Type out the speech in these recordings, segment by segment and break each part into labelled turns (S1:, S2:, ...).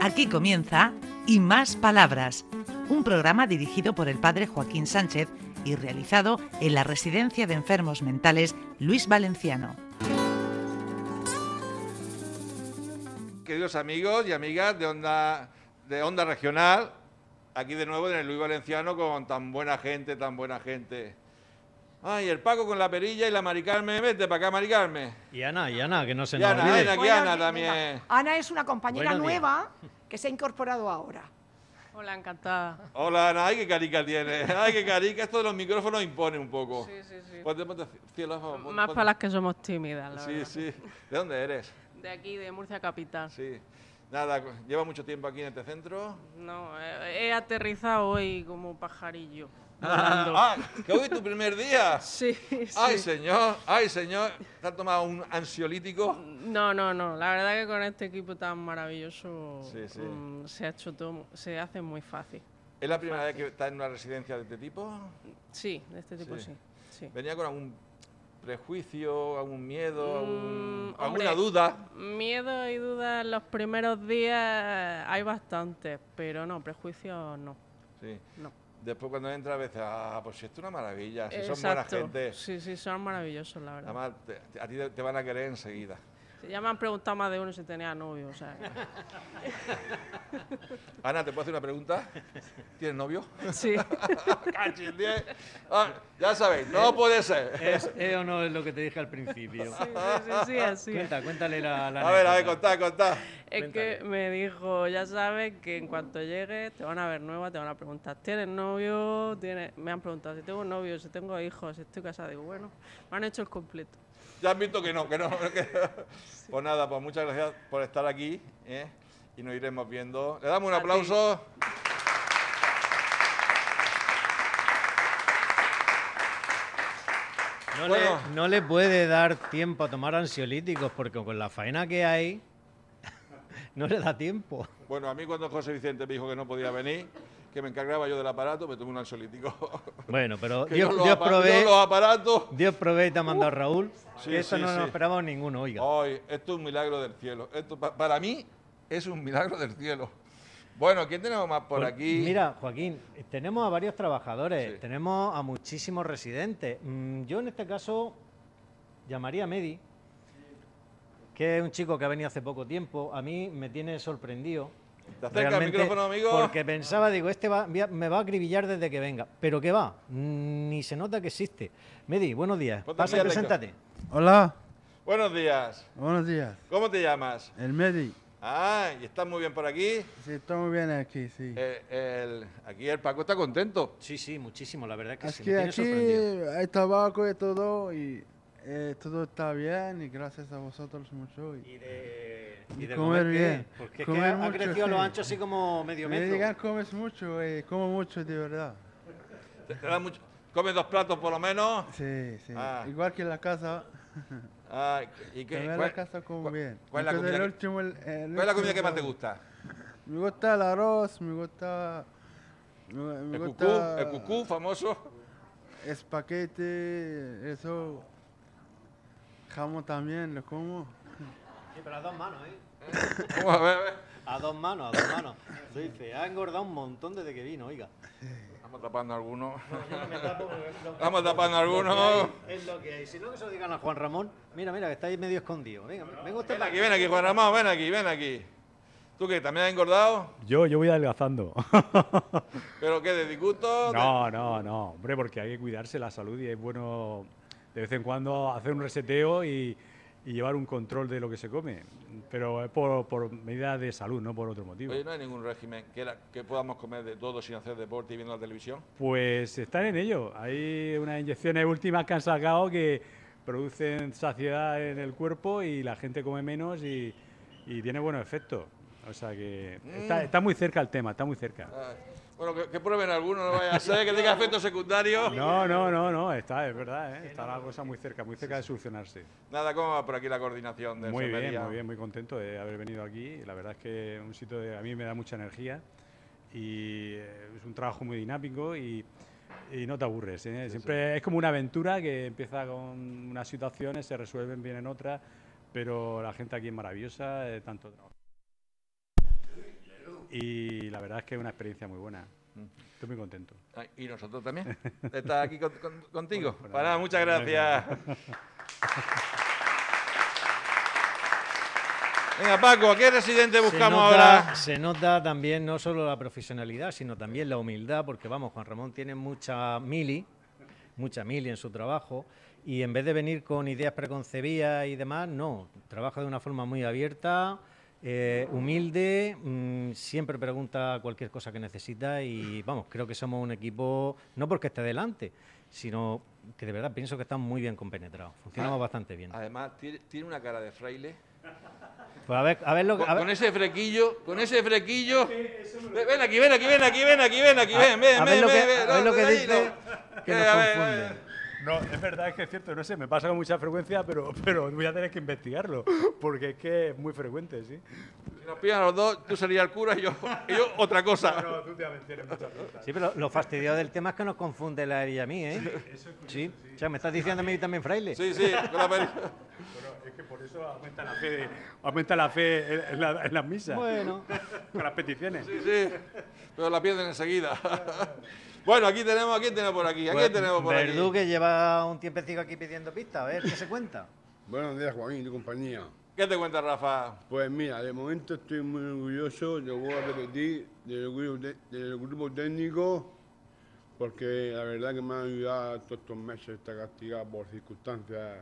S1: Aquí comienza Y Más Palabras, un programa dirigido por el padre Joaquín Sánchez y realizado en la Residencia de Enfermos Mentales Luis Valenciano.
S2: Queridos amigos y amigas de Onda, de onda Regional, aquí de nuevo en el Luis Valenciano con tan buena gente, tan buena gente. Ay, el Paco con la perilla y la Maricarme, vete para acá, Maricarme.
S3: Y Ana, y Ana, que no se
S2: Y
S3: nos
S2: Ana,
S3: olvide.
S2: Ana, aquí
S4: Buenos
S2: Ana
S4: días,
S2: también.
S4: mira. Ana es una compañera
S3: Buenos días.
S4: nueva que se ha incorporado ahora.
S5: Hola, encantada.
S2: Hola Ana, ay qué carica tiene, ay qué carica, esto de los micrófonos impone un poco.
S5: Sí, sí, sí.
S2: Ponte, ponte, cielo, ponte-
S5: Más
S2: ponte-
S5: para las que somos tímidas, la
S2: pues, Sí,
S5: verdad.
S2: sí. ¿De dónde eres?
S5: De aquí, de Murcia Capital.
S2: Sí. Nada, cu- lleva mucho tiempo aquí en este centro.
S5: No, eh, he, he aterrizado hoy como un pajarillo. volando.
S2: Ah, que hoy es tu primer día.
S5: Sí, sí.
S2: Ay, señor, ay, señor. ¿Te has tomado un ansiolítico?
S5: No, no, no. La verdad que con este equipo tan maravilloso
S2: Sí, sí.
S5: mm, se ha hecho todo, se hace muy fácil.
S2: ¿Es la primera vez que estás en una residencia de este tipo?
S5: Sí, de este tipo sí. sí.
S2: ¿Venía con algún prejuicio, algún miedo, algún-
S5: Mm,
S2: alguna
S5: hombre.
S2: duda?
S5: Miedo y dudas en los primeros días eh, hay bastantes, pero no, prejuicios no.
S2: Sí.
S5: no.
S2: Después cuando entras a veces, ah, pues si esto es una maravilla, si son buena
S5: Exacto.
S2: gente.
S5: Sí, sí, son maravillosos, la verdad.
S2: Además, te- te- a ti te- te van a querer enseguida.
S5: Ya me han preguntado más de uno si tenía novio, o sea. que-
S2: Ana, ¿te puedo hacer una pregunta? ¿Tienes novio?
S5: Sí.
S2: Cachis, diez. Ah, ya sabéis, no puede ser.
S3: ¿Es, es o no es lo que te dije al principio?
S5: Sí, sí, sí, sí, así. es.
S3: Cuenta, cuéntale la, la
S2: A ver, a ver,
S3: anécdota.
S2: contad, contad.
S5: Es que me dijo, ya sabes que en cuanto llegues te van a ver nueva, te van a preguntar, ¿tienes novio? ¿Tienes-?". Me han preguntado si tengo novio, si tengo hijos, si estoy casada. Digo, bueno, me han hecho el completo.
S2: Ya han visto que no, que no. que- Pues nada, pues muchas gracias por estar aquí ¿eh? y nos iremos viendo. Le damos un
S5: A ti.
S2: aplauso.
S3: No,
S2: Bueno.
S3: le, no le puede dar tiempo a tomar ansiolíticos porque con la faena que hay no le da tiempo.
S2: Bueno, a mí cuando José Vicente me dijo que no podía venir, que me encargaba yo del aparato, me tomé un ansiolítico.
S3: Bueno, pero
S2: Que
S3: Dios,
S2: yo los
S3: Dios
S2: apa-
S3: provee,
S2: yo los aparatos.
S3: Dios provee y te ha mandado Raúl.
S2: Sí,
S3: que eso
S2: sí,
S3: no
S2: sí.
S3: nos esperaba ninguno, oiga.
S2: Ay, esto es un milagro del cielo. Esto pa- para mí es un milagro del cielo. Bueno, ¿quién tenemos más por
S3: Pues,
S2: aquí?
S3: Mira, Joaquín, tenemos a varios trabajadores,
S2: Sí.
S3: tenemos a muchísimos residentes. Mm, Yo en este caso llamaría a Medi, que es un chico que ha venido hace poco tiempo. A mí me tiene sorprendido.
S2: Te acerca el
S3: realmente,
S2: micrófono, amigo.
S3: Porque pensaba, digo, este va- me va a acribillar desde que venga. Pero que va, mm, ni se nota que existe. Medi, buenos días.
S2: Ponte
S3: Pasa y
S2: aquí, Alex.
S3: preséntate.
S6: Hola,
S2: Buenos días.
S6: buenos días.
S2: ¿Cómo te llamas?
S6: El Medi.
S2: Ah, y estás muy bien por aquí.
S6: Sí, está muy bien aquí, sí.
S2: Eh, el- aquí el Paco está contento.
S3: Sí, sí, muchísimo. La verdad es que
S6: es
S3: sí,
S6: que
S3: me tiene
S6: aquí
S3: sorprendido.
S6: hay tabaco y todo, y eh, todo está bien, y gracias a vosotros mucho. Y,
S3: Y de,
S6: y de comer bien.
S3: Porque es que
S6: Comer
S3: ha, ha
S6: mucho,
S3: crecido a lo
S6: sí.
S3: ancho así como medio
S6: me
S3: metro.
S6: digan, comes mucho, eh, como mucho de verdad.
S2: Te- te da mucho- Come dos platos por lo menos.
S6: Sí, sí.
S2: Ah.
S6: Igual que en la casa,
S2: Ah, ¿y qué-
S6: también en
S2: cuál-
S6: la casa como
S2: cuál-
S6: bien.
S2: cuál es la
S6: Entonces,
S2: comida
S6: el
S2: que-
S6: último, el- el
S2: cuál es la comida
S6: último
S2: que más te
S6: plato.
S2: gusta?
S6: Me gusta el arroz, me gusta... Me, me
S2: El cucú,
S6: gusta
S2: el cucú famoso.
S6: espagueti, eso... Jamón también, lo como.
S3: Sí, pero a dos manos, ¿eh?
S2: Vamos a ver, a ver.
S3: A dos manos, a dos manos. Tú dices, ha engordado un montón desde que vino, oiga.
S2: Vamos tapando algunos. Vamos tapando algunos.
S3: Es lo que hay. Si no, que se lo digan a Juan Ramón. Mira, mira, que está ahí medio escondido. Venga, venga usted
S2: Ven
S3: para
S2: aquí, ven aquí, Juan Ramón, ven aquí, ven aquí. ¿Tú qué? ¿También has engordado?
S7: Yo, yo voy adelgazando.
S2: ¿Pero qué? ¿De disgusto?
S7: no, no, no. Hombre, porque hay que cuidarse la salud y es bueno de vez en cuando hacer un reseteo y, y llevar un control de lo que se come. Pero es por, por medida de salud, no por otro motivo.
S2: Oye, no hay ningún régimen que, la- que podamos comer de todo sin hacer deporte y viendo la televisión.
S7: Pues están en ello. Hay unas inyecciones últimas que han sacado que producen saciedad en el cuerpo y la gente come menos y, y tiene buenos efectos. O sea que
S2: Mm.
S7: está, está muy cerca el tema, está muy cerca.
S2: Ay, Bueno, que, que prueben algunos, no vaya a ser que tenga efectos secundarios.
S7: No, no, no, no, está, es verdad, ¿eh? está la cosa muy cerca, muy cerca de solucionarse.
S2: Nada, ¿cómo va por aquí la coordinación de
S7: Muy bien,
S2: enfermería?
S7: muy bien, muy contento de haber venido aquí. La verdad es que un sitio de, a mí me da mucha energía y eh, es un trabajo muy dinámico y, y no te aburres. ¿eh? Siempre es como una aventura que empieza con unas situaciones, se resuelven, vienen otras, pero la gente aquí es maravillosa, eh, tanto trabajo. y la verdad es que es una experiencia muy buena. Estoy muy contento.
S2: Ay, Ah, Y nosotros también. Está aquí con- con- contigo.
S7: Bueno,
S2: Para nada, muchas
S7: venga.
S2: gracias. Venga, Paco, ¿a qué residente buscamos
S3: se nota,
S2: ahora?
S3: se nota también no solo la profesionalidad, sino también la humildad, porque vamos, Juan Ramón tiene mucha mili, mucha mili en su trabajo, y en vez de venir con ideas preconcebidas y demás, no, trabaja de una forma muy abierta, eh, humilde, mm, siempre pregunta cualquier cosa que necesita y vamos, creo que somos un equipo, no porque esté delante, sino que de verdad pienso que están muy bien compenetrados, funcionamos
S2: Ah,
S3: bastante bien.
S2: Además, tiene, tiene una cara de fraile.
S3: Pues a ver, a ver lo que...
S2: Con,
S3: a ver-
S2: con ese frequillo, con ese frequillo. Ven aquí, ven aquí, ven aquí, ven aquí, ven aquí,
S3: A-
S2: ven, ven,
S3: a ver
S2: ven,
S3: lo que-
S2: ven, ven,
S3: a ver lo
S2: no,
S3: que
S2: ahí,
S3: dice
S2: no.
S3: que
S2: Eh,
S3: nos
S2: a ver,
S3: confunde.
S2: a ver.
S7: No, es verdad es que es cierto, no sé, me pasa con mucha frecuencia, pero, pero voy a tener que investigarlo, porque es que es muy frecuente, sí.
S2: Si nos pillan los dos, tú serías el cura y yo, y yo otra cosa.
S7: No, tú te tienes muchas cosas.
S3: Sí, pero lo fastidiado del tema es que nos confunde la él y a mí, ¿eh? Sí, O sea, me estás diciendo a mí también fraile.
S2: Sí, sí, con la peli-
S7: Bueno, es que por eso aumenta la fe, de- aumenta la fe en, en la- en las misas,
S3: Bueno,
S7: con las peticiones.
S2: Sí, sí, pero la pierden enseguida. bueno, aquí tenemos, aquí tenemos por aquí, aquí tenemos por
S3: Verdú
S2: aquí.
S3: que lleva un tiempecito aquí pidiendo pistas, a ver qué se cuenta.
S8: Buenos días, Joaquín, tu compañía.
S2: ¿Qué te cuenta, Rafa?
S8: Pues mira, de momento estoy muy orgulloso, lo voy a repetir, del grupo, te- del grupo técnico, porque la verdad que me ha ayudado todos estos meses, está castigada por circunstancias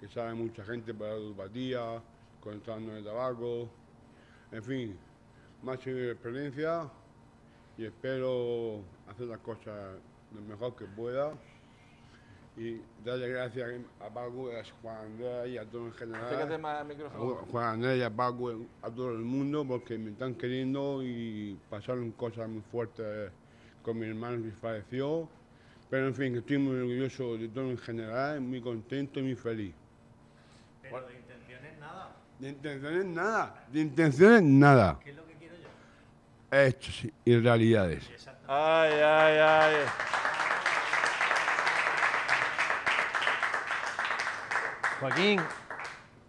S8: que sabe mucha gente para la ludopatía, controlando el tabaco, en fin, me ha servido de experiencia y espero hacer las cosas lo mejor que pueda. Y darle gracias a Paco, a Juan Andrea y a todo en general.
S2: Acércate más al micrófono.
S8: Ju- Juan Andrés y a Paco, eh, a todo el mundo, porque me están queriendo y pasaron cosas muy fuertes con mi hermano que falleció. Pero en fin, estoy muy orgulloso de todo en general, muy contento y muy feliz.
S3: Pero de intenciones nada.
S8: De intenciones nada, de intenciones nada.
S3: ¿Qué es lo que quiero yo?
S8: Hechos y realidades.
S2: Ay, ay, ay.
S3: Joaquín,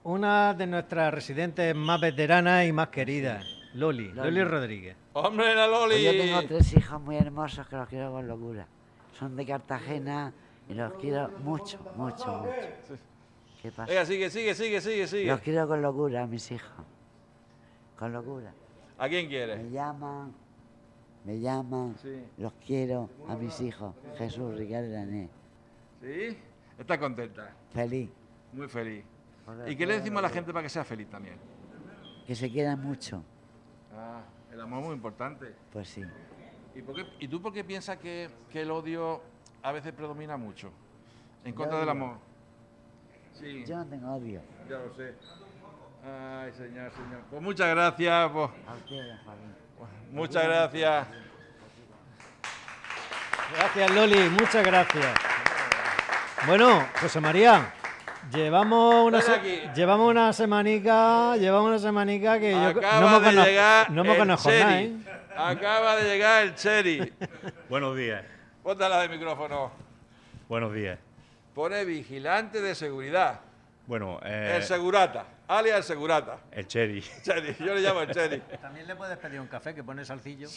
S3: una de nuestras residentes más veteranas y más queridas, Loli, Loli,
S9: Loli.
S3: Rodríguez.
S2: Hombre, la
S9: Pues
S2: Loli.
S9: yo tengo tres hijos muy hermosos que los quiero con locura. Son de Cartagena y los quiero mucho, mucho, mucho. ¿Qué pasa?
S2: Venga, sigue, sigue, sigue, sigue,
S9: Los
S2: sigue.
S9: quiero con locura, a mis hijos. Con locura.
S2: ¿A quién
S9: Me
S2: quieres?
S9: llaman, me llaman,
S2: Sí.
S9: los quiero a mis hijos. Jesús, Ricardo y Dané.
S2: ¿Sí? Está contenta,
S9: Feliz.
S2: muy feliz.
S9: Joder,
S2: ¿Y qué le
S9: joder,
S2: decimos a la gente para que sea feliz también?
S9: Que se quieran mucho.
S2: Ah, el amor es muy importante.
S9: Pues sí.
S2: ¿Y, por qué- y tú por qué piensas que, que el odio a veces predomina mucho? En contra del
S9: odio.
S2: amor. Sí.
S9: Yo no tengo odio.
S2: Ya lo sé. Ay, señor, señor. Pues muchas gracias. pues,
S9: A ustedes, Joaquín.
S2: muchas gracias.
S3: Gracias, Loli, muchas gracias. Bueno, José María, llevamos una,
S2: Ven
S3: se-
S2: aquí.
S3: llevamos una semanica, llevamos una semanica que yo
S2: Acaba
S3: hemos
S2: de
S3: cono-
S2: llegar
S3: no hemos
S2: el
S3: conocido nada, ¿eh?
S2: Cheri. Acaba de llegar el Cheri.
S10: Buenos días,
S2: Póntala de micrófono.
S10: buenos días.
S2: Pone vigilante de seguridad.
S10: Bueno, eh,
S2: El segurata. Alias el segurata.
S10: el Cherry.
S2: Cheri. Yo le llamo el Cheri.
S3: También le puedes pedir un café que pone salcillo.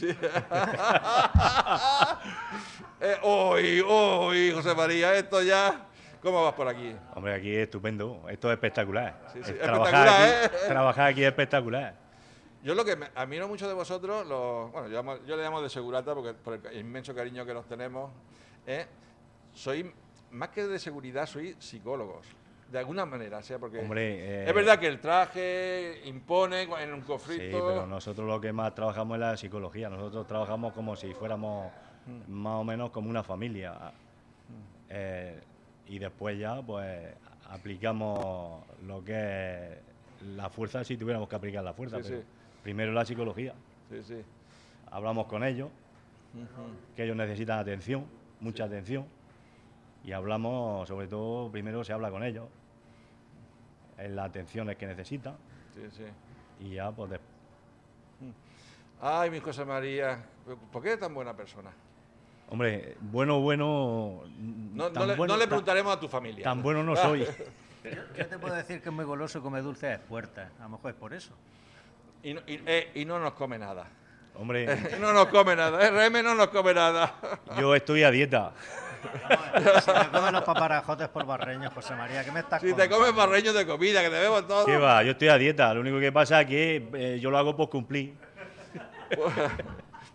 S2: Eh, hoy, hoy, José María, esto ya. ¿Cómo vas por aquí?
S10: Hombre, aquí es estupendo, esto es espectacular.
S2: Sí, sí,
S10: Eh,
S2: espectacular,
S10: aquí,
S2: ¿eh?
S10: trabajar aquí es espectacular.
S2: Yo lo que me admiro mucho de vosotros, los, bueno, yo, llamo- yo le llamo de segurata porque por el inmenso cariño que nos tenemos, ¿eh? soy más que de seguridad, soy psicólogos, de alguna manera, o sea, porque
S10: Hombre, eh,
S2: es verdad que el traje impone cu- en un
S10: Sí,
S2: conflicto.
S10: pero nosotros lo que más trabajamos es la psicología. Nosotros trabajamos como si fuéramos
S2: Mm.
S10: más o menos como una familia. Eh, y después ya, pues, aplicamos lo que es la fuerza, si tuviéramos que aplicar la fuerza.
S2: Sí,
S10: pero
S2: sí.
S10: Primero la psicología.
S2: Sí, sí.
S10: hablamos con ellos, que ellos necesitan atención, mucha atención, y hablamos, sobre todo, primero se habla con ellos, en las atenciones que necesitan,
S2: sí, sí.
S10: y ya, pues, des-
S2: Ay, mi José María, ¿por qué eres tan buena persona?
S10: hombre, bueno, bueno, mm,
S2: No, no
S10: tan
S2: le,
S10: bueno-
S2: no le
S10: tan-
S2: preguntaremos a tu familia. Ah,
S10: Tan, bueno no soy.
S3: Yo te puedo decir que es muy goloso y come dulces de puertas. A lo mejor es por eso.
S2: Y, no- y- eh, y no nos come nada.
S10: Hombre,
S2: No nos come nada, RM no nos come nada.
S10: yo estoy a dieta.
S3: Se me comen los paparajotes por barreños, José María. ¿Qué me estás
S2: Si te comes barreños de comida, que te vemos todos.
S10: ¿Qué va? Yo estoy a dieta. Lo único que pasa es que eh, yo lo hago por cumplir.
S2: Para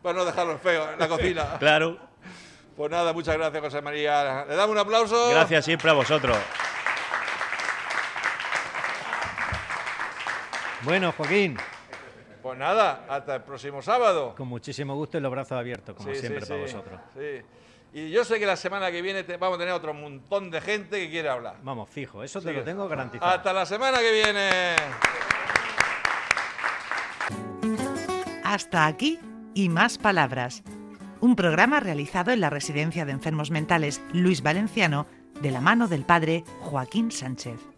S2: pues no dejarlos feos en la cocina.
S10: Claro.
S2: Pues nada, muchas gracias, José María. Le damos un aplauso.
S10: Gracias siempre a vosotros.
S3: Bueno, Joaquín,
S2: Pues nada, hasta el próximo sábado.
S3: con muchísimo gusto y los brazos abiertos, como
S2: Sí, sí,
S3: siempre,
S2: sí,
S3: para vosotros.
S2: sí. Y yo sé que la semana que viene te- vamos a tener otro montón de gente que quiere hablar.
S3: Vamos, fijo, eso te
S2: Sí. Ah,
S3: lo tengo garantizado.
S2: Hasta la semana que viene.
S1: Hasta aquí y más palabras. Un programa realizado en la Residencia de Enfermos Mentales Luis Valenciano de la mano del padre Joaquín Sánchez.